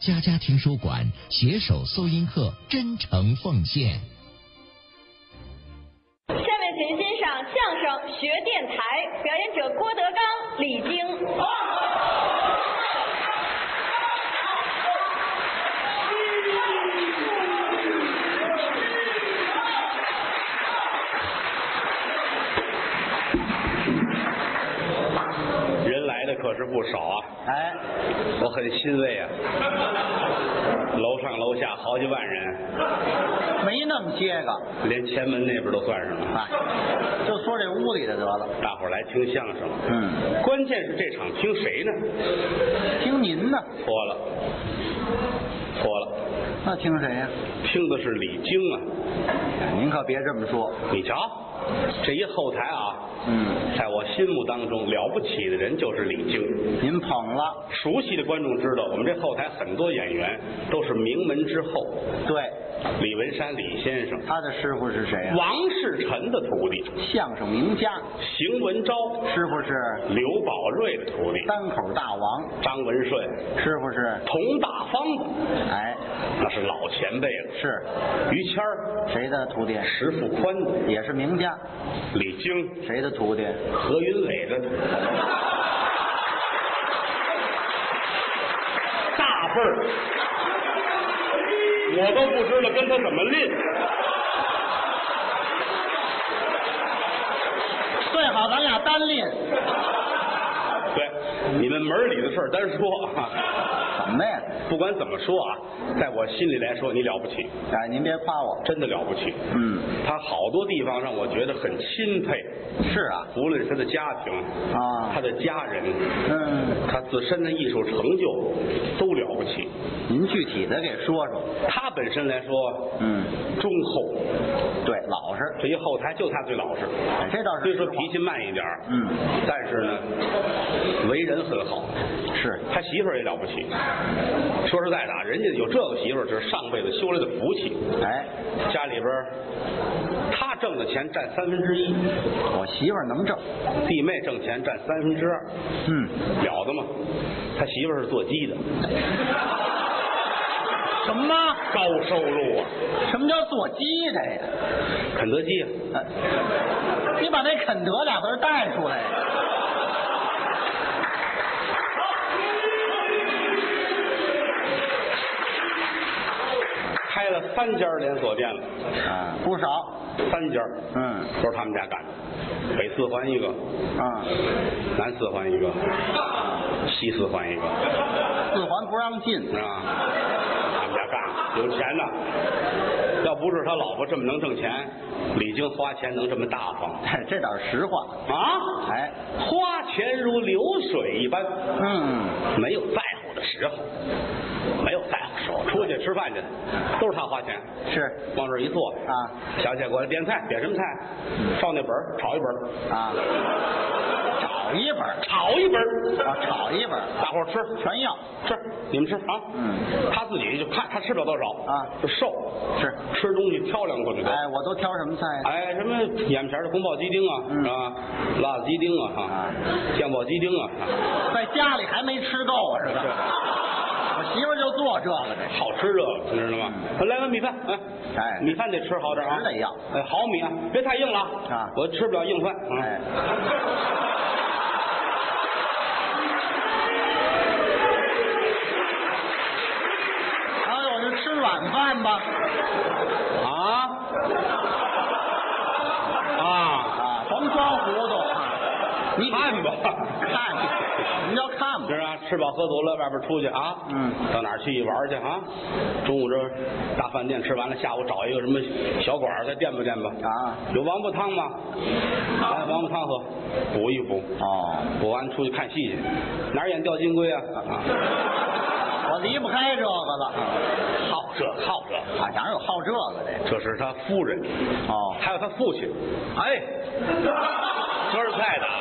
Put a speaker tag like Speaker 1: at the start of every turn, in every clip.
Speaker 1: 家家听书馆携手搜音课真诚奉献。
Speaker 2: 下面请您欣赏相声《学电台》，表演者郭德纲、李菁。
Speaker 3: 人来的可是不少啊，
Speaker 4: 哎，
Speaker 3: 我很欣慰啊。楼上楼下好几万人，
Speaker 4: 没那么些个，
Speaker 3: 连前门那边都算上了。
Speaker 4: 哎，就说这屋里的得了。
Speaker 3: 大伙儿来听相声，
Speaker 4: 嗯，
Speaker 3: 关键是这场听谁呢？
Speaker 4: 听您呢？
Speaker 3: 错了，错了，
Speaker 4: 那听谁呀、
Speaker 3: 听的是李菁啊！
Speaker 4: 您可别这么说。
Speaker 3: 你瞧，这一后台啊，
Speaker 4: 嗯，
Speaker 3: 在我心目当中了不起的人就是李菁。
Speaker 4: 您捧了。
Speaker 3: 熟悉的观众知道，我们这后台很多演员都是名门之后，
Speaker 4: 对，
Speaker 3: 李文山李先生，
Speaker 4: 他的师傅是谁呀、
Speaker 3: 王世臣的徒弟。
Speaker 4: 相声名家，
Speaker 3: 邢文昭、
Speaker 4: 师傅是
Speaker 3: 刘宝瑞的徒弟，
Speaker 4: 单口大王，
Speaker 3: 张文顺、
Speaker 4: 师傅是
Speaker 3: 佟大方的，
Speaker 4: 哎
Speaker 3: 那是老前辈了。
Speaker 4: 是
Speaker 3: 于谦儿、
Speaker 4: 谁的徒弟？
Speaker 3: 石富宽的、
Speaker 4: 也是名家，
Speaker 3: 李菁、
Speaker 4: 谁的徒弟？
Speaker 3: 何云伟的，大辈儿，我都不知道跟他怎么拎。
Speaker 4: 最好咱俩单拎。
Speaker 3: 对，你们门儿里的事儿单说啊，
Speaker 4: 怎么呀？
Speaker 3: 不管怎么说啊，在我心里来说，你了不起，
Speaker 4: 哎，您别夸我。
Speaker 3: 真的了不起。
Speaker 4: 嗯，
Speaker 3: 他好多地方让我觉得很钦佩，
Speaker 4: 是啊，
Speaker 3: 无论是他的家庭
Speaker 4: 啊
Speaker 3: 他的家人，
Speaker 4: 嗯，
Speaker 3: 他自身的艺术成就都了不起。
Speaker 4: 您具体的给说说。
Speaker 3: 他本身来说，
Speaker 4: 嗯，
Speaker 3: 忠厚，
Speaker 4: 对，老实。
Speaker 3: 这一后台就他最老实，
Speaker 4: 哎这倒是
Speaker 3: 虽
Speaker 4: 实
Speaker 3: 说
Speaker 4: 话
Speaker 3: 脾气慢一点儿，
Speaker 4: 嗯，
Speaker 3: 但是呢，为人很好。
Speaker 4: 是
Speaker 3: 他媳妇儿也了不起，说实在的啊，人家有这个媳妇儿这是上辈子修来的福气，
Speaker 4: 哎，
Speaker 3: 家里边儿他挣的钱占三分之一，
Speaker 4: 我媳妇儿能挣，
Speaker 3: 弟妹挣钱占三分之二。
Speaker 4: 嗯，
Speaker 3: 了得吗？他媳妇儿是做鸡的，
Speaker 4: 什么
Speaker 3: 高收入啊，
Speaker 4: 什么叫做鸡的呀？
Speaker 3: 肯德基啊，
Speaker 4: 你把那肯德俩字儿带出来呀，
Speaker 3: 开了三家连锁店了，
Speaker 4: 啊，不少，
Speaker 3: 三家
Speaker 4: 嗯
Speaker 3: 都是他们家干的，北四环一个，
Speaker 4: 啊，
Speaker 3: 南四环一个，西四环一个
Speaker 4: 四环不让进，
Speaker 3: 啊，他们家干的有钱呐。要不是他老婆这么能挣钱，李菁花钱能这么大方
Speaker 4: 这倒是实话，
Speaker 3: 啊？
Speaker 4: 哎，
Speaker 3: 花钱如流水一般，
Speaker 4: 嗯，
Speaker 3: 没有在乎的时候，没有在乎的时候，出去吃饭去，都是他花钱。
Speaker 4: 是
Speaker 3: 往这儿一坐
Speaker 4: 啊，
Speaker 3: 小姐给我点菜，点什么菜？照那本儿炒一本儿，
Speaker 4: 啊，找一本儿，
Speaker 3: 炒一本儿，
Speaker 4: 啊，炒一本儿，
Speaker 3: 大伙儿吃
Speaker 4: 全要，
Speaker 3: 吃，你们吃啊。
Speaker 4: 嗯，
Speaker 3: 他自己就看他吃不了多少
Speaker 4: 啊
Speaker 3: 就瘦，
Speaker 4: 是，
Speaker 3: 吃东西挑两口就得。
Speaker 4: 哎，我都挑什么菜呀？
Speaker 3: 哎，什么眼皮儿的宫保鸡丁啊，
Speaker 4: 嗯
Speaker 3: 啊，辣子鸡丁啊，啊
Speaker 4: 啊，
Speaker 3: 酱爆鸡丁啊，啊
Speaker 4: 在家里还没吃够啊，是吧？我媳妇儿就做这个的，
Speaker 3: 好吃这个，你知道吗？来碗米饭，哎，
Speaker 4: 嗯哎
Speaker 3: 米饭得吃好点啊，
Speaker 4: 吃得要
Speaker 3: 哎，好米啊，别太硬了
Speaker 4: 啊
Speaker 3: 我吃不了硬饭。嗯
Speaker 4: 哎，然后我就吃软饭吧，
Speaker 3: 啊啊，
Speaker 4: 啊，甭装糊涂啊，你
Speaker 3: 看吧，
Speaker 4: 看，你要看吧，
Speaker 3: 是啊，吃饱喝足了，外边出去啊，
Speaker 4: 嗯
Speaker 3: 到哪儿去玩去啊？中午这大饭店吃完了，下午找一个什么小馆儿再垫吧垫吧。
Speaker 4: 啊，
Speaker 3: 有王八汤吗？来王八汤喝，补一补。
Speaker 4: 哦，
Speaker 3: 补完出去看戏去，哪儿演吊金龟啊？啊，
Speaker 4: 我离不开这个了，
Speaker 3: 好这好这。
Speaker 4: 啊，哪有好这个的？
Speaker 3: 这是他夫人，
Speaker 4: 哦，
Speaker 3: 还有他父亲。哎，说实在的啊，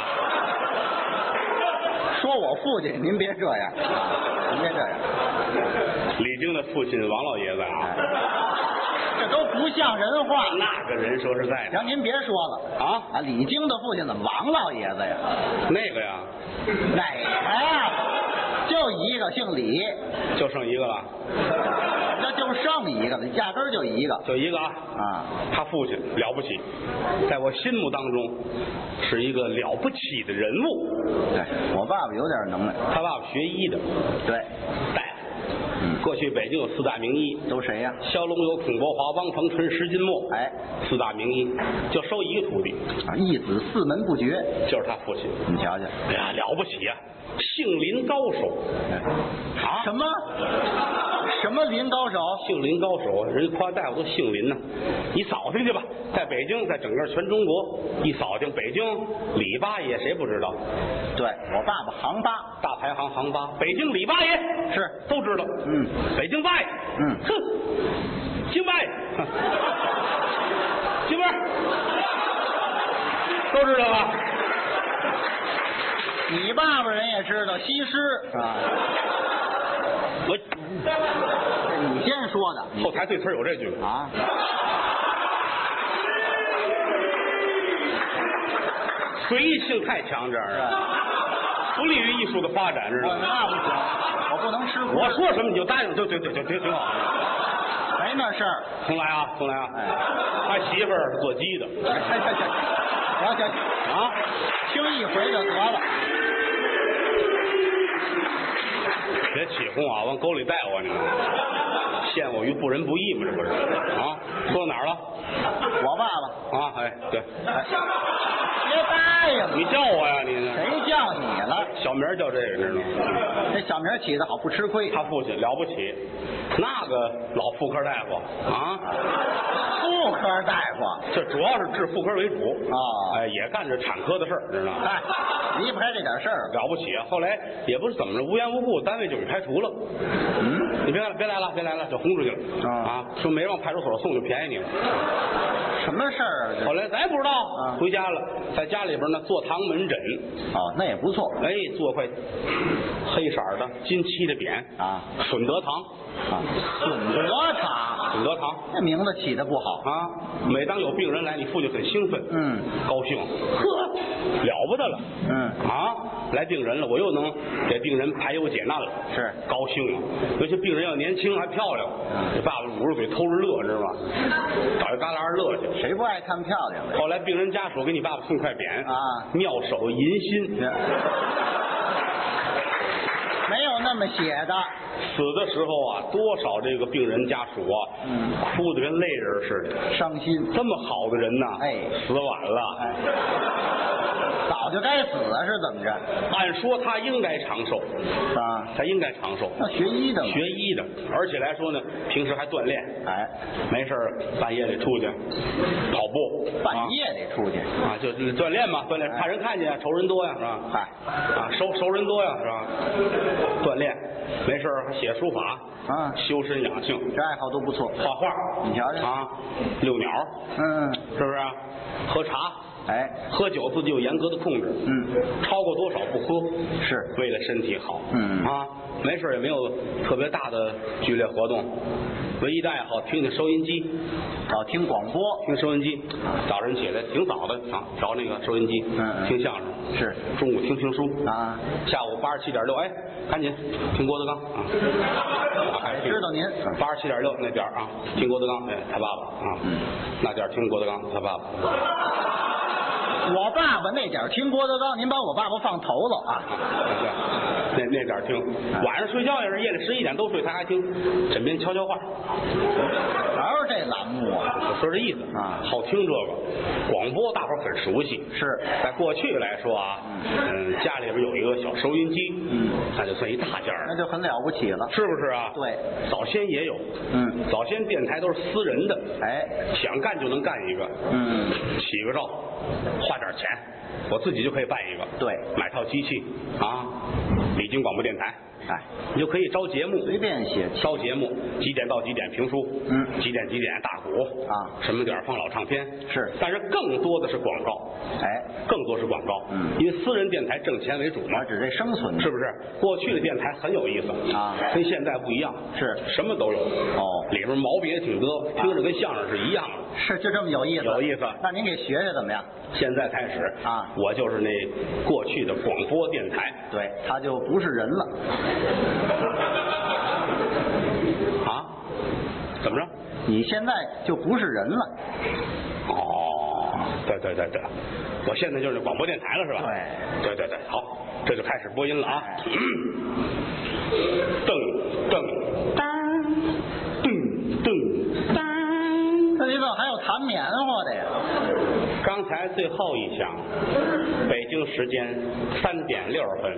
Speaker 4: 说我父亲，您别这样，您别这样，
Speaker 3: 李菁的父亲王老爷子
Speaker 4: 哎
Speaker 3: 啊，
Speaker 4: 这都不像人话。
Speaker 3: 那个人说实在的
Speaker 4: 行，您别说了
Speaker 3: 啊，
Speaker 4: 啊，李菁的父亲怎么王老爷子呀？
Speaker 3: 那个呀，
Speaker 4: 哪个呀？就一个我姓李，
Speaker 3: 就剩一个了，
Speaker 4: 那就剩一个了，压根儿就一个
Speaker 3: 就一个啊。
Speaker 4: 啊！
Speaker 3: 他父亲了不起，在我心目当中是一个了不起的人物。
Speaker 4: 对我爸爸有点能耐，
Speaker 3: 他爸爸学医的，
Speaker 4: 对，
Speaker 3: 大夫。过去北京有四大名医，
Speaker 4: 嗯都谁呀、
Speaker 3: 骁龙有孔国华、汪腾春、石金墨，
Speaker 4: 哎，
Speaker 3: 四大名医就收一个徒弟，
Speaker 4: 啊一子四门不绝，
Speaker 3: 就是他父亲。
Speaker 4: 你瞧瞧，
Speaker 3: 哎呀，了不起啊，杏林高手啊！
Speaker 4: 什么什么林高手？
Speaker 3: 杏林高手啊？人家夸大夫都杏林呢、你扫听去吧，在北京，在整个全中国一扫听，北京李八爷谁不知道？
Speaker 4: 对我爸爸行八，
Speaker 3: 大排行行八，北京李八爷
Speaker 4: 是
Speaker 3: 都知道。
Speaker 4: 嗯，
Speaker 3: 北京八爷，
Speaker 4: 嗯
Speaker 3: 哼，京八爷，哼京八儿，都知道吧？
Speaker 4: 你爸爸人也知道西施啊，
Speaker 3: 我
Speaker 4: 这你先说的
Speaker 3: 后台对词儿有这句，
Speaker 4: 啊，
Speaker 3: 随意性太强，这样的
Speaker 4: 啊
Speaker 3: 不利于艺术的发展，知
Speaker 4: 我
Speaker 3: 道吗？
Speaker 4: 那不行，我不能吃
Speaker 3: 我
Speaker 4: 亏，
Speaker 3: 说什么你就答应，就就就就就挺好的。
Speaker 4: 没那事儿。
Speaker 3: 重来啊，重来啊！
Speaker 4: 哎
Speaker 3: 他媳妇儿是做鸡的
Speaker 4: 行行行，行行，
Speaker 3: 啊，
Speaker 4: 听一回就得了。
Speaker 3: 别起哄啊，往沟里带我你们，陷我于不仁不义嘛，这不是啊？说到哪儿了？
Speaker 4: 我爸爸，
Speaker 3: 啊，哎，对，
Speaker 4: 别答应
Speaker 3: 你叫我呀，你呢？
Speaker 4: 谁叫你了？
Speaker 3: 小名儿叫这个，你知道吗？
Speaker 4: 这小名起的好，不吃亏。
Speaker 3: 他父亲了不起，那个老妇科大夫啊，
Speaker 4: 妇科大夫，
Speaker 3: 这主要是治妇科为主
Speaker 4: 啊
Speaker 3: 哎，也干着产科的事儿，知道吗？
Speaker 4: 哎，离不开这点事儿。
Speaker 3: 了不起啊！后来也不是怎么着，无缘无故单位就给开除了。
Speaker 4: 嗯，
Speaker 3: 你别来了，别来了，别来了，就轰出去了
Speaker 4: 啊！
Speaker 3: 说没往派出所送就便宜你了。
Speaker 4: 什么事儿啊？
Speaker 3: 后
Speaker 4: 这
Speaker 3: 来咱也不知道
Speaker 4: 啊，
Speaker 3: 回家了，在家里边呢做堂门诊，
Speaker 4: 哦，那也不错
Speaker 3: 哎，做块黑色儿的金漆的匾，
Speaker 4: 啊
Speaker 3: 笋德堂，
Speaker 4: 啊。损德堂，
Speaker 3: 笋德堂。
Speaker 4: 这名字起的不好。
Speaker 3: 啊，每当有病人来，你父亲很兴奋，
Speaker 4: 嗯
Speaker 3: 高兴，呵，了不得了，
Speaker 4: 嗯，
Speaker 3: 啊，来病人了，我又能给病人排忧解难了，
Speaker 4: 是
Speaker 3: 高兴啊！尤其病人要年轻还漂亮，
Speaker 4: 嗯
Speaker 3: 这爸爸捂着嘴偷着乐，知道吧？找一旮旯乐去。
Speaker 4: 谁不爱看漂亮的？
Speaker 3: 后来病人家属给你爸爸送块匾
Speaker 4: 啊
Speaker 3: 妙手银心，
Speaker 4: 没有那么写的。
Speaker 3: 死的时候啊，多少这个病人家属啊，
Speaker 4: 嗯
Speaker 3: 哭的跟泪人似的。
Speaker 4: 伤心，
Speaker 3: 这么好的人呐，
Speaker 4: 哎
Speaker 3: 死晚了。
Speaker 4: 早就该死啊，是怎么着？
Speaker 3: 按说他应该长寿，
Speaker 4: 啊，
Speaker 3: 他应该长寿，
Speaker 4: 那学医的嘛，
Speaker 3: 学医的，而且来说呢，平时还锻炼，
Speaker 4: 哎，
Speaker 3: 没事儿半夜得出去跑步，
Speaker 4: 半夜得出去。
Speaker 3: 啊啊就是锻炼嘛，锻炼怕人看见啊，仇人多呀，是吧？
Speaker 4: 嗨，
Speaker 3: 啊，熟熟人多呀，是吧？锻炼，没事儿还写书法，
Speaker 4: 啊
Speaker 3: 修身养性，
Speaker 4: 这爱好都不错。
Speaker 3: 画画，
Speaker 4: 你瞧瞧
Speaker 3: 啊，遛鸟，
Speaker 4: 嗯，
Speaker 3: 是不是啊？喝茶，
Speaker 4: 哎，
Speaker 3: 喝酒自己有严格的控制，
Speaker 4: 嗯，
Speaker 3: 超过多少不喝，
Speaker 4: 是
Speaker 3: 为了身体好，
Speaker 4: 嗯
Speaker 3: 啊，没事儿也没有特别大的剧烈活动，唯一的爱好听听收音机，
Speaker 4: 老哦听广播。
Speaker 3: 听收音机，早晨起来挺早的啊，找那个收音机，
Speaker 4: 嗯嗯
Speaker 3: 听相声，
Speaker 4: 是
Speaker 3: 中午听评书，
Speaker 4: 啊，
Speaker 3: 下午八十七点六，哎，赶紧听郭德纲啊，打开
Speaker 4: 知道您
Speaker 3: 八十七点六那点儿啊，听郭德纲，哎，他爸爸啊，
Speaker 4: 嗯
Speaker 3: 那点儿听郭德纲，他爸 爸，
Speaker 4: 我爸爸那点儿听郭德纲，您把我爸爸放头了啊！
Speaker 3: 那那点儿听，
Speaker 4: 嗯
Speaker 3: 晚上睡觉也是夜里十一点都睡，他还听枕边悄悄话，
Speaker 4: 哪有这栏目啊？
Speaker 3: 我说这意思
Speaker 4: 啊
Speaker 3: 好听这个广播，大伙儿很熟悉。
Speaker 4: 是
Speaker 3: 在过去来说啊，嗯，家里边有一个小收音机，
Speaker 4: 嗯，
Speaker 3: 那就算一大件
Speaker 4: 那
Speaker 3: 儿，
Speaker 4: 就很了不起了。
Speaker 3: 是不是啊？
Speaker 4: 对，
Speaker 3: 早先也有，
Speaker 4: 嗯，
Speaker 3: 早先电台都是私人的，
Speaker 4: 哎，
Speaker 3: 想干就能干一个，
Speaker 4: 嗯，
Speaker 3: 起个照，花点钱，我自己就可以办一个，
Speaker 4: 对
Speaker 3: 买套机器啊，北京广播电台，
Speaker 4: 哎，
Speaker 3: 你就可以招节目，
Speaker 4: 随便写
Speaker 3: 挑节目，几点到几点评书，
Speaker 4: 嗯
Speaker 3: 几点几点大鼓
Speaker 4: 啊
Speaker 3: 什么点儿放老唱片
Speaker 4: 是
Speaker 3: 但是更多的是广告，
Speaker 4: 哎，
Speaker 3: 更多是广告，
Speaker 4: 嗯
Speaker 3: 因为私人电台挣钱为主嘛
Speaker 4: 我，指这生存
Speaker 3: 是不是？过去的电台很有意思
Speaker 4: 啊
Speaker 3: 跟现在不一样，
Speaker 4: 是
Speaker 3: 什么都有哦里边毛病也挺多，听着跟相声是一样的。
Speaker 4: 是就这么有意思，
Speaker 3: 有意思
Speaker 4: 那您给学学怎么样？
Speaker 3: 现在开始
Speaker 4: 啊
Speaker 3: 我就是那过去的广播电台
Speaker 4: 对，他就不是人了。
Speaker 3: 啊，怎么着？
Speaker 4: 你现在就不是人了，
Speaker 3: 哦，对对对对，我现在就是广播电台了，是吧？对，对对对，好，这就开始播音了啊！ 噔噔当，噔噔当。
Speaker 4: 那你怎么还有弹棉花的呀？
Speaker 3: 刚才最后一响，北京时间三点六十分，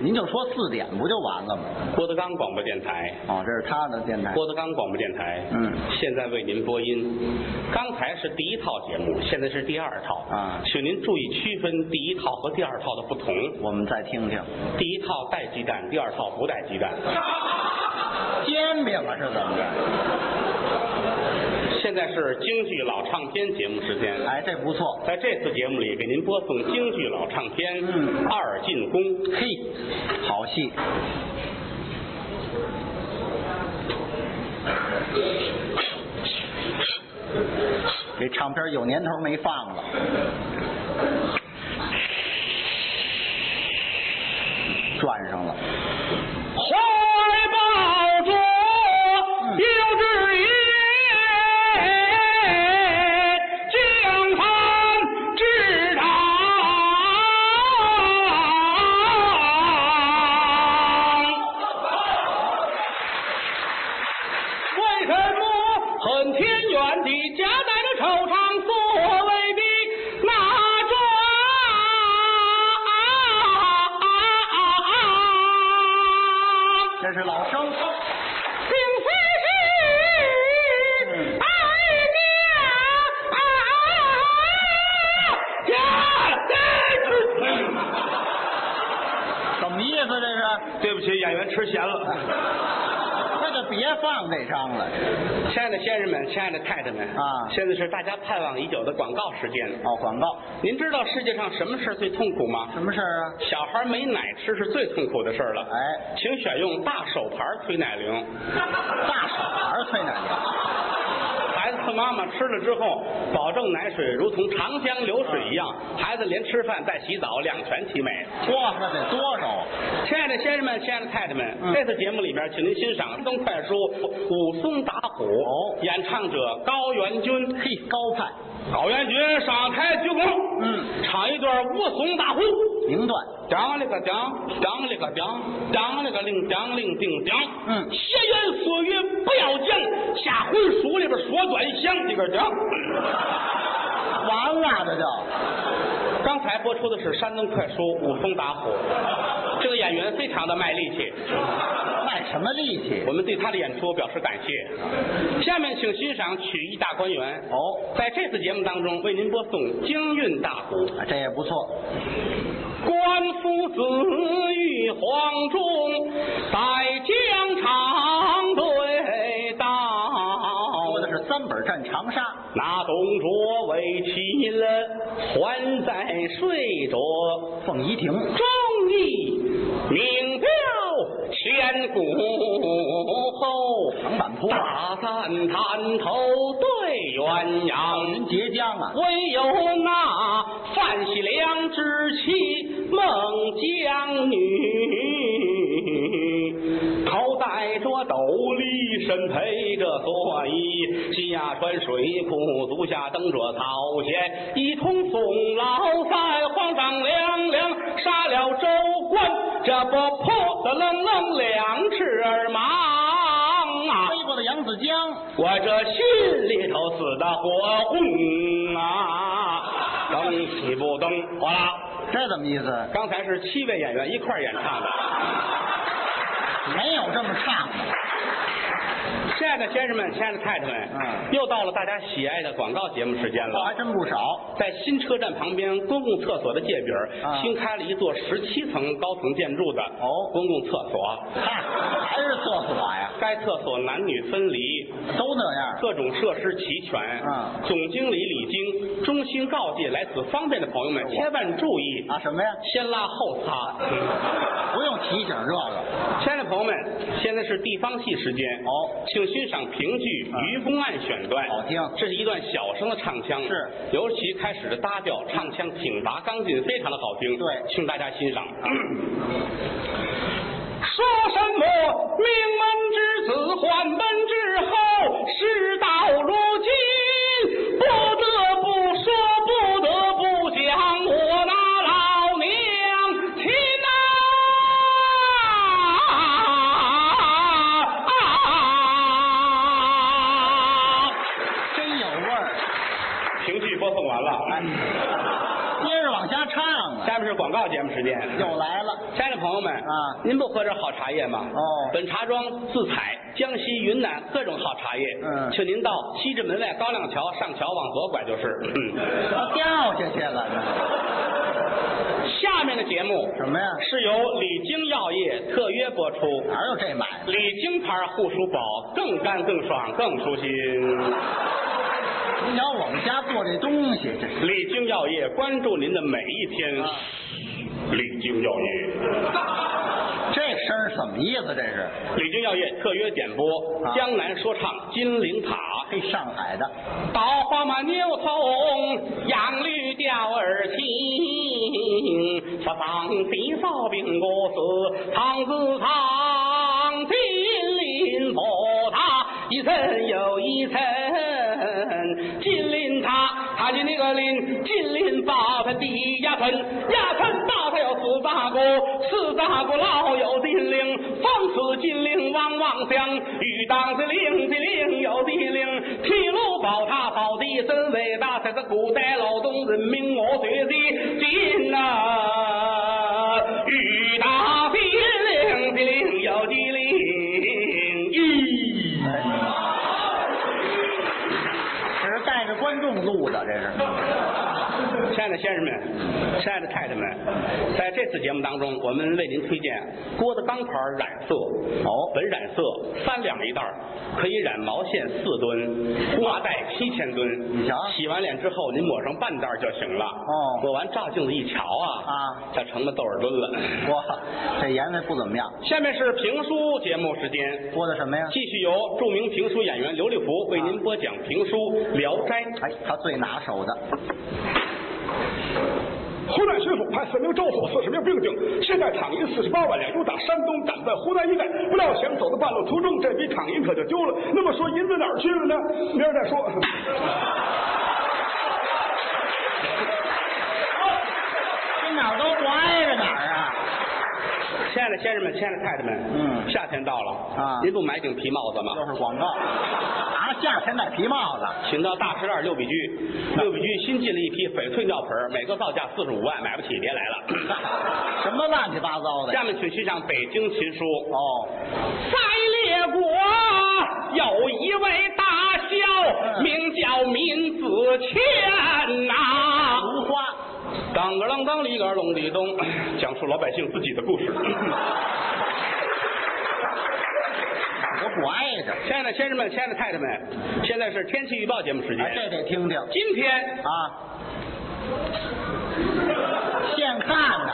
Speaker 4: 您就说四点不就完了吗？
Speaker 3: 郭德纲广播电台。
Speaker 4: 哦，这是他的电台。
Speaker 3: 郭德纲广播电台，
Speaker 4: 嗯
Speaker 3: 现在为您播音。刚才是第一套节目，现在是第二套
Speaker 4: 啊
Speaker 3: 请您注意区分第一套和第二套的不同。
Speaker 4: 我们再听听，
Speaker 3: 第一套带鸡蛋，第二套不带鸡蛋。
Speaker 4: 煎饼啊是怎么着？
Speaker 3: 现在是京剧老唱片节目时间，
Speaker 4: 哎，这不错。
Speaker 3: 在这次节目里给您播送京剧老唱片
Speaker 4: 嗯
Speaker 3: 《二进宫》。
Speaker 4: 嘿，好戏。这唱片有年头没放了，转上了。
Speaker 3: 怀抱着幼稚园，江山之长。为什么恨天远地夹带着惆怅所谓的那种？
Speaker 4: 这是老生，
Speaker 3: 并非是爱家
Speaker 4: 怎么意思？这是？
Speaker 3: 对不起，演员吃咸了。
Speaker 4: 那就别放这张了。
Speaker 3: 亲爱的先生们，亲爱的太太们
Speaker 4: 啊
Speaker 3: 现在是大家盼望已久的广告时间。
Speaker 4: 哦，广告，
Speaker 3: 您知道世界上什么事儿最痛苦吗？
Speaker 4: 什么事儿啊？
Speaker 3: 小孩没奶吃是最痛苦的事儿了。
Speaker 4: 哎，
Speaker 3: 请选用大手牌推奶铃。
Speaker 4: 大手孩儿推奶铃，
Speaker 3: 孩子和妈妈吃了之后，保证奶水如同长江流水一样，
Speaker 4: 嗯
Speaker 3: 孩子连吃饭带洗澡两全其美。
Speaker 4: 哇，那得多少啊？
Speaker 3: 亲爱的先生们，亲爱的太太们，
Speaker 4: 嗯
Speaker 3: 这次节目里边，请您欣赏山东快书《武松打虎》，演唱者高元军。
Speaker 4: 哦嘿，高派
Speaker 3: 高元军上台鞠躬，
Speaker 4: 嗯，
Speaker 3: 唱一段《武松打虎》。
Speaker 4: 名段，
Speaker 3: 当了个当，当了个当，当了个令，当令定当。
Speaker 4: 嗯
Speaker 3: 闲言碎语不要讲，下回书里边说端详这个讲。
Speaker 4: 完了这就。
Speaker 3: 刚才播出的是山东快书《武松打虎》，这个演员非常的卖力气，
Speaker 4: 卖什么力气
Speaker 3: 我？们对他的演出表示感谢。下面请欣赏曲艺大观园，
Speaker 4: 哦，
Speaker 3: 在这次节目当中为您播送京韵大鼓。
Speaker 4: 啊这也不错。
Speaker 3: 官夫子与黄忠在疆场对
Speaker 4: 说
Speaker 3: 道
Speaker 4: 的。是三本战长沙，
Speaker 3: 那董卓为妻了，还在睡着。
Speaker 4: 凤仪亭。
Speaker 3: 忠义名标千古后，
Speaker 4: 长坂坡
Speaker 3: 大赞滩头对元阳
Speaker 4: 您。截江啊，
Speaker 3: 唯有那范喜良之妻孟姜女，头戴着斗笠，身披着蓑衣，膝下穿水裤，足下蹬着草鞋，一同送老在皇上凉凉，杀了州官，这不破的愣愣两翅儿忙啊！
Speaker 4: 飞过的扬子江，
Speaker 3: 我这心里头死的火红啊，灯起不灯，哗啦！
Speaker 4: 这怎么意思？
Speaker 3: 刚才是七位演员一块儿演唱的。
Speaker 4: 没有这么唱的。
Speaker 3: 亲爱的先生们，亲爱的太太们，
Speaker 4: 嗯
Speaker 3: 又到了大家喜爱的广告节目时间
Speaker 4: 我还
Speaker 3: 了。
Speaker 4: 真不少。
Speaker 3: 在新车站旁边公共厕所的界边儿，
Speaker 4: 啊
Speaker 3: 新开了一座十七层高层建筑的
Speaker 4: 哦
Speaker 3: 公共厕所。
Speaker 4: 嗨，还是厕所呀，
Speaker 3: 该厕所男女分离，
Speaker 4: 都那样。
Speaker 3: 各种设施齐全。
Speaker 4: 嗯
Speaker 3: 总经理李菁衷心告诫来此方便的朋友们，千万注意
Speaker 4: 啊，什么呀？
Speaker 3: 先拉后擦。
Speaker 4: 不用提提醒这个，
Speaker 3: 亲爱的朋友们，现在是地方戏时间哦，请欣赏评剧《愚公案》选段，
Speaker 4: 好听
Speaker 3: 这是一段小声的唱腔，
Speaker 4: 是
Speaker 3: 尤其开始的搭调、唱腔挺拔、刚劲，非常的好听。
Speaker 4: 对
Speaker 3: 请大家欣赏。说什么名门之子换门之后，事到如今，不得不说，不得不讲，我那老娘亲呐！
Speaker 4: 真有味儿。
Speaker 3: 评剧播送完了，
Speaker 4: 哎
Speaker 3: 哎
Speaker 4: 接着往下唱啊，
Speaker 3: 下面是广告节目时间。
Speaker 4: 又来了。
Speaker 3: 亲爱的朋友们
Speaker 4: 啊
Speaker 3: 您不喝点好茶叶吗？
Speaker 4: 哦
Speaker 3: 本茶庄自采江西、云南各种好茶叶。
Speaker 4: 嗯
Speaker 3: 请您到西直门外高亮桥上桥往左拐就是。 嗯，
Speaker 4: 都掉下去了，
Speaker 3: 下面的节目
Speaker 4: 什么呀？
Speaker 3: 是由李菁药业特约播出。
Speaker 4: 哪有这买卖？
Speaker 3: 李菁牌护舒宝更干、更爽、更舒心。
Speaker 4: 你瞧我们家做这东西，这是
Speaker 3: 李菁药业关注您的每一天。
Speaker 4: 啊
Speaker 3: 李菁药业。
Speaker 4: 这声儿什么意思？这是
Speaker 3: 李菁药业特约点播
Speaker 4: 啊
Speaker 3: 《江南说唱《金陵塔》。
Speaker 4: 嘿，上海的，
Speaker 3: 稻花满牛头，杨绿吊儿青，十方地烧饼我是唐子堂，金陵佛塔一层又一层，金陵塔它的那个陵，金陵八层地压层，压层大它有四大个，四大个老有金陵，放此金陵汪汪响，雨当的灵的灵有的灵，铁路宝塔宝地真伟大，这是古代劳动人民我最的金呐，雨当的灵的灵有的灵，咦。
Speaker 4: 这是带着观众录的，这是
Speaker 3: 亲爱的先生们，亲爱的太太们，在这次节目当中，我们为您推荐郭德纲牌染色。哦，本染色三两一袋儿，可以染毛线四吨，麻袋七千吨。
Speaker 4: 你瞧
Speaker 3: 洗完脸之后，您抹上半袋儿就行了。
Speaker 4: 哦
Speaker 3: 抹完照镜子一瞧啊，
Speaker 4: 啊
Speaker 3: 这成了豆儿墩了。
Speaker 4: 哇，这颜色不怎么样，
Speaker 3: 下面是评书节目时间。
Speaker 4: 播的什么呀？
Speaker 3: 继续由著名评书演员刘立福为您播讲评书《聊斋》。
Speaker 4: 哎，他最拿手的，
Speaker 5: 湖南巡抚判四名州府四十名兵丁，现在躺银四十八万两，由打山东赶奔湖南一带。不料想走到半路途中，这笔躺银可就丢了。那么说银子哪儿去了呢？明儿再说。
Speaker 4: 这哪儿都不挨着哪儿啊？
Speaker 3: 亲爱的先生们，亲爱的太太们，
Speaker 4: 嗯
Speaker 3: 夏天到了
Speaker 4: 啊
Speaker 3: 您不买顶皮帽子吗？
Speaker 4: 又是广告，拿了夏天戴皮帽子，
Speaker 3: 请到大石栏六比居，六比居新进了一批翡翠尿盆儿，每个造价四十五万，买不起别来了。
Speaker 4: 什么乱七八糟的
Speaker 3: 下面请欣赏北京琴书。
Speaker 4: 哦，
Speaker 3: 在列国有一位大
Speaker 4: 嗯
Speaker 3: 孝，名叫闵子骞呐、
Speaker 4: 如花，
Speaker 3: 当个啷当里个隆里咚， 讲述老百姓自己的故事。
Speaker 4: 哪儿都不挨着。
Speaker 3: 亲爱的先生们，亲爱的太太们，现在是天气预报节目时间。
Speaker 4: 哎，这得听听
Speaker 3: 今天
Speaker 4: 啊，现看呐，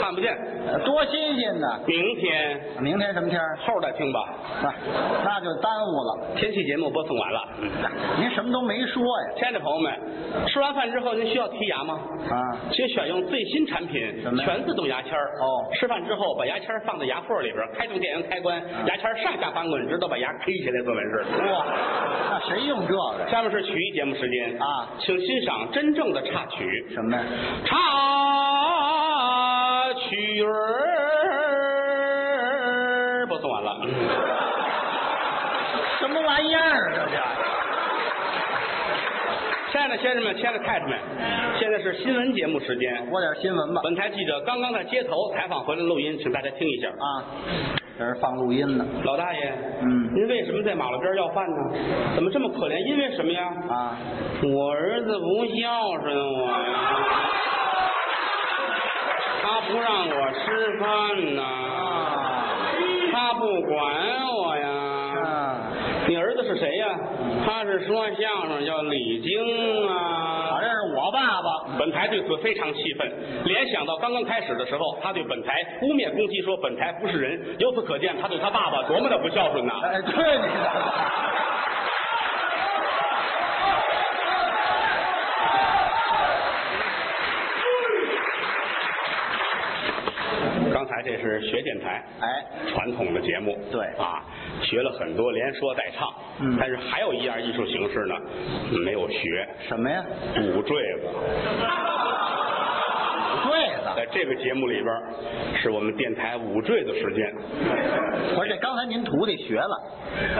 Speaker 3: 看不见，
Speaker 4: 呃多新鲜呐！
Speaker 3: 明天
Speaker 4: 明天什么天儿？
Speaker 3: 后再听吧。
Speaker 4: 啊那就耽误了。
Speaker 3: 天气节目播送完了，
Speaker 4: 您什么都没说呀？
Speaker 3: 亲爱的朋友们，吃完饭之后您需要剔牙吗？
Speaker 4: 啊，
Speaker 3: 请选用最新产品
Speaker 4: 什么呀
Speaker 3: 全自动牙签儿。
Speaker 4: 哦
Speaker 3: 吃饭之后把牙签儿放在牙缝里边儿，开动电源开关，牙签儿上下翻滚，直到把牙 K 起来做为止。
Speaker 4: 啊哇，那谁用这个呀？
Speaker 3: 下面是曲艺节目时间
Speaker 4: 啊
Speaker 3: 请欣赏真正的插曲。
Speaker 4: 什么呀？
Speaker 3: 插曲儿播送完了。
Speaker 4: 什么玩意儿这是？
Speaker 3: 亲爱的先生们，亲爱的太太们，现在是新闻节目时间。
Speaker 4: 播点新闻吧。
Speaker 3: 本台记者刚刚在街头采访回来录音，请大家听一下。
Speaker 4: 啊，这是放录音呢。
Speaker 3: 老大爷，
Speaker 4: 嗯
Speaker 3: 您为什么在马路边要饭呢？怎么这么可怜？因为什么呀？
Speaker 4: 啊，
Speaker 3: 我儿子不孝顺我呀，他不让我吃饭呐，
Speaker 4: 啊，
Speaker 3: 他不管我呀。你儿子是谁呀？他是说相声叫李菁
Speaker 4: 好，
Speaker 3: 啊。
Speaker 4: 这是我爸爸。
Speaker 3: 本台对此非常气愤，联想到刚刚开始的时候，他对本台污蔑攻击，说本台不是人。由此可见，他对他爸爸多么的不孝顺呐、
Speaker 4: 哎，对你的，
Speaker 3: 刚才这是学电台，
Speaker 4: 哎，
Speaker 3: 传统的节目，
Speaker 4: 对
Speaker 3: 啊，学了很多，连说带唱，
Speaker 4: 嗯
Speaker 3: 但是还有一样艺术形式呢，没有学，
Speaker 4: 什么呀？
Speaker 3: 鼓坠子。
Speaker 4: 对子。
Speaker 3: 在这个节目里边儿，是我们电台舞坠的时间，
Speaker 4: 不是，这刚才您徒弟学了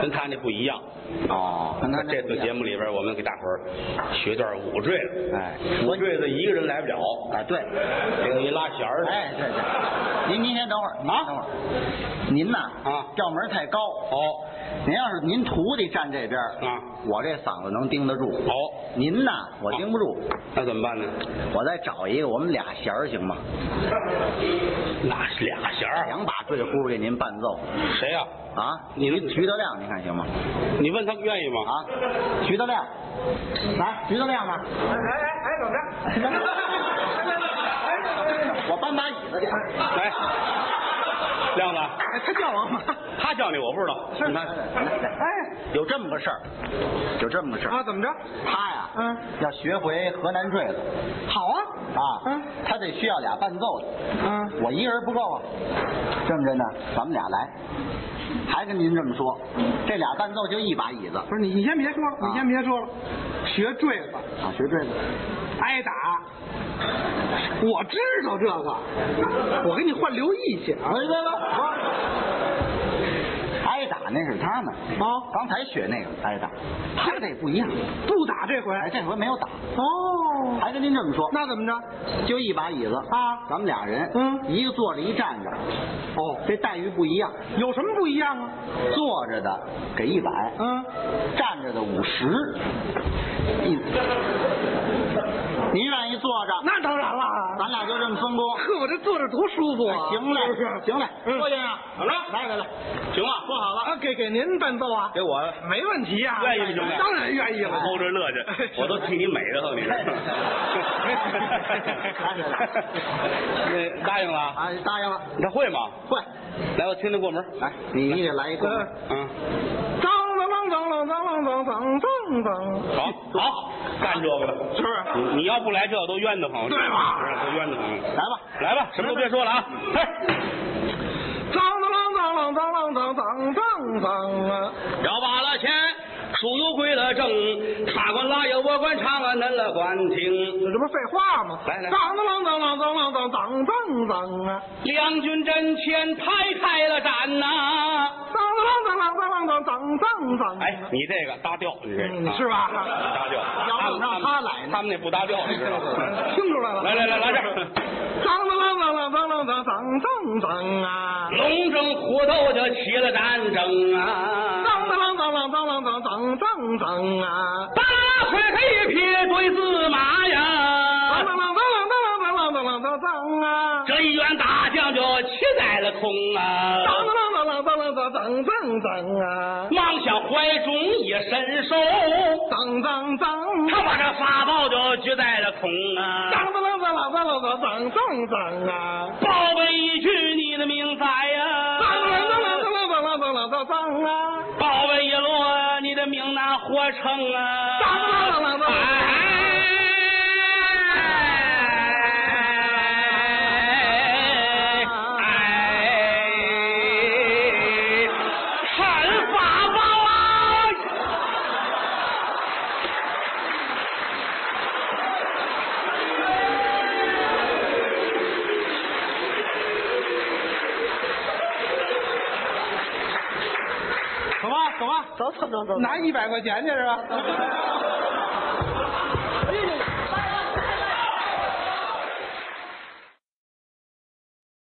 Speaker 3: 跟他那不一样。
Speaker 4: 哦，
Speaker 3: 在
Speaker 4: 那
Speaker 3: 这次节目里边儿，我们给大伙儿学段舞坠子。
Speaker 4: 哎
Speaker 3: 舞坠子一个人来不了，
Speaker 4: 啊，对，
Speaker 3: 得有一拉弦儿的。
Speaker 4: 哎，对对，您您先等会儿，您
Speaker 3: 啊
Speaker 4: 等会儿，您呐
Speaker 3: 啊
Speaker 4: 调门儿太高，
Speaker 3: 哦
Speaker 4: 您要是您徒弟站这边儿
Speaker 3: 啊，
Speaker 4: 我这嗓子能盯得住，
Speaker 3: 哦，
Speaker 4: 您呐我盯不住，
Speaker 3: 那怎么办呢？
Speaker 4: 我再找一个我们俩弦儿行吗？
Speaker 3: 那是俩弦儿，
Speaker 4: 两把对呼给您伴奏
Speaker 3: 谁呀、
Speaker 4: 啊，
Speaker 3: 你
Speaker 4: 徐徐德亮，您看行吗？
Speaker 3: 你问他愿意吗？
Speaker 4: 啊，徐德亮，来，徐德亮呢？
Speaker 6: 哎哎哎，怎么着？
Speaker 4: 我搬把椅子去，
Speaker 3: 来，亮子，
Speaker 6: 哎，他叫王八
Speaker 3: 他叫你我不知道。
Speaker 4: 你看，
Speaker 6: 哎
Speaker 4: 有这么个事儿，有这么个事儿
Speaker 6: 啊，怎么着？
Speaker 4: 他呀，
Speaker 6: 嗯，
Speaker 4: 要学回河南坠子
Speaker 6: 好啊，
Speaker 4: 啊，
Speaker 6: 嗯，
Speaker 4: 他得需要俩伴奏的，
Speaker 6: 嗯，
Speaker 4: 我一人不够啊，这么着呢，咱们俩来，还跟您这么说，这俩伴奏就一把椅子
Speaker 6: 不是你，你先别说了，你先别说了，学坠子
Speaker 4: 啊，学坠子，
Speaker 6: 挨打，我知道这个，我给你换刘毅去啊
Speaker 4: 哎，对了，挨打那是他呢，
Speaker 6: 啊，
Speaker 4: 刚才学那个挨打，他这不一样，
Speaker 6: 不打这回
Speaker 4: 哎，这回没有打，
Speaker 6: 哦，
Speaker 4: 还跟您这么说，
Speaker 6: 那怎么着？
Speaker 4: 就一把椅子
Speaker 6: 啊
Speaker 4: 咱们俩人，
Speaker 6: 嗯
Speaker 4: 一个坐着一站着，哦，这待遇不一样，
Speaker 6: 有什么不一样啊？
Speaker 4: 坐着的给一百，
Speaker 6: 嗯，
Speaker 4: 站着的五十，一，您愿意坐着，
Speaker 6: 那当然了，
Speaker 4: 咱俩就这么分工。
Speaker 6: 呵，我这坐着多舒服啊！
Speaker 4: 行嘞
Speaker 6: 是不是，
Speaker 4: 行嘞，
Speaker 6: 嗯
Speaker 4: 郭先生，
Speaker 3: 怎么了
Speaker 4: 来来来，
Speaker 3: 行了，说好了，
Speaker 6: 啊，给给您伴奏啊，
Speaker 3: 给我
Speaker 6: 没问题啊，
Speaker 3: 愿意不行
Speaker 6: 当然愿意了。
Speaker 3: 偷着乐去，我都替你美得很，你这。那答应了啊？
Speaker 4: 啊，
Speaker 6: 哎
Speaker 4: 答应了，
Speaker 3: 他会吗？
Speaker 4: 会，
Speaker 3: 来，我听听过门。
Speaker 4: 来，你你得来一个，
Speaker 3: 嗯，
Speaker 6: 当当当当当当当当当，
Speaker 3: 好，好，干这个了。
Speaker 6: 是不是？
Speaker 3: 你你要不来这都冤得慌，
Speaker 6: 对吧
Speaker 3: 是都冤得慌。
Speaker 4: 来吧，
Speaker 3: 来吧，什么都别说了啊！嘿，
Speaker 6: 当当当当当当当当当当啊！
Speaker 3: 要把了钱，输油归了正，他管拉呀，我管唱啊，恁了管听。
Speaker 6: 这不废话吗？
Speaker 3: 来来
Speaker 6: 当当当当当当当当当啊！
Speaker 3: 两军阵前排开了战呐、
Speaker 6: 当当当当当当当当当
Speaker 3: 哎，你这个搭调，你这个、
Speaker 6: 嗯
Speaker 3: 啊
Speaker 6: 是吧
Speaker 3: 搭调，
Speaker 4: 要不让他来呢
Speaker 3: 他们那不搭调，你知道吗？
Speaker 6: 听出来了。
Speaker 3: 来来来来这儿，
Speaker 6: 当当当当当当当当当当啊！
Speaker 3: 龙争虎斗就起了战争啊！
Speaker 6: 当当当当当当当当当啊！
Speaker 3: 巴拉甩开一匹对子马
Speaker 6: 当
Speaker 3: 呀，
Speaker 6: 当当当当当当当当当啊！
Speaker 3: 这一员大将就骑在了空
Speaker 6: 当当当当当当当
Speaker 3: 啊，
Speaker 6: 当当当啊！
Speaker 3: 忙向怀中一伸手，
Speaker 6: 当当当当
Speaker 3: 他把这法宝就举在了空啊，
Speaker 6: 当当当当当当当当当啊！
Speaker 3: 报备一句你的名在呀，
Speaker 6: 当当当当当当当当当当啊！
Speaker 3: 报备一落你的命难活成啊，
Speaker 6: 当当当当当
Speaker 3: 哎哎，看法宝啊！
Speaker 6: 走吧走吧，
Speaker 4: 走走走走
Speaker 6: 拿一百块钱去是吧？
Speaker 4: 哎呀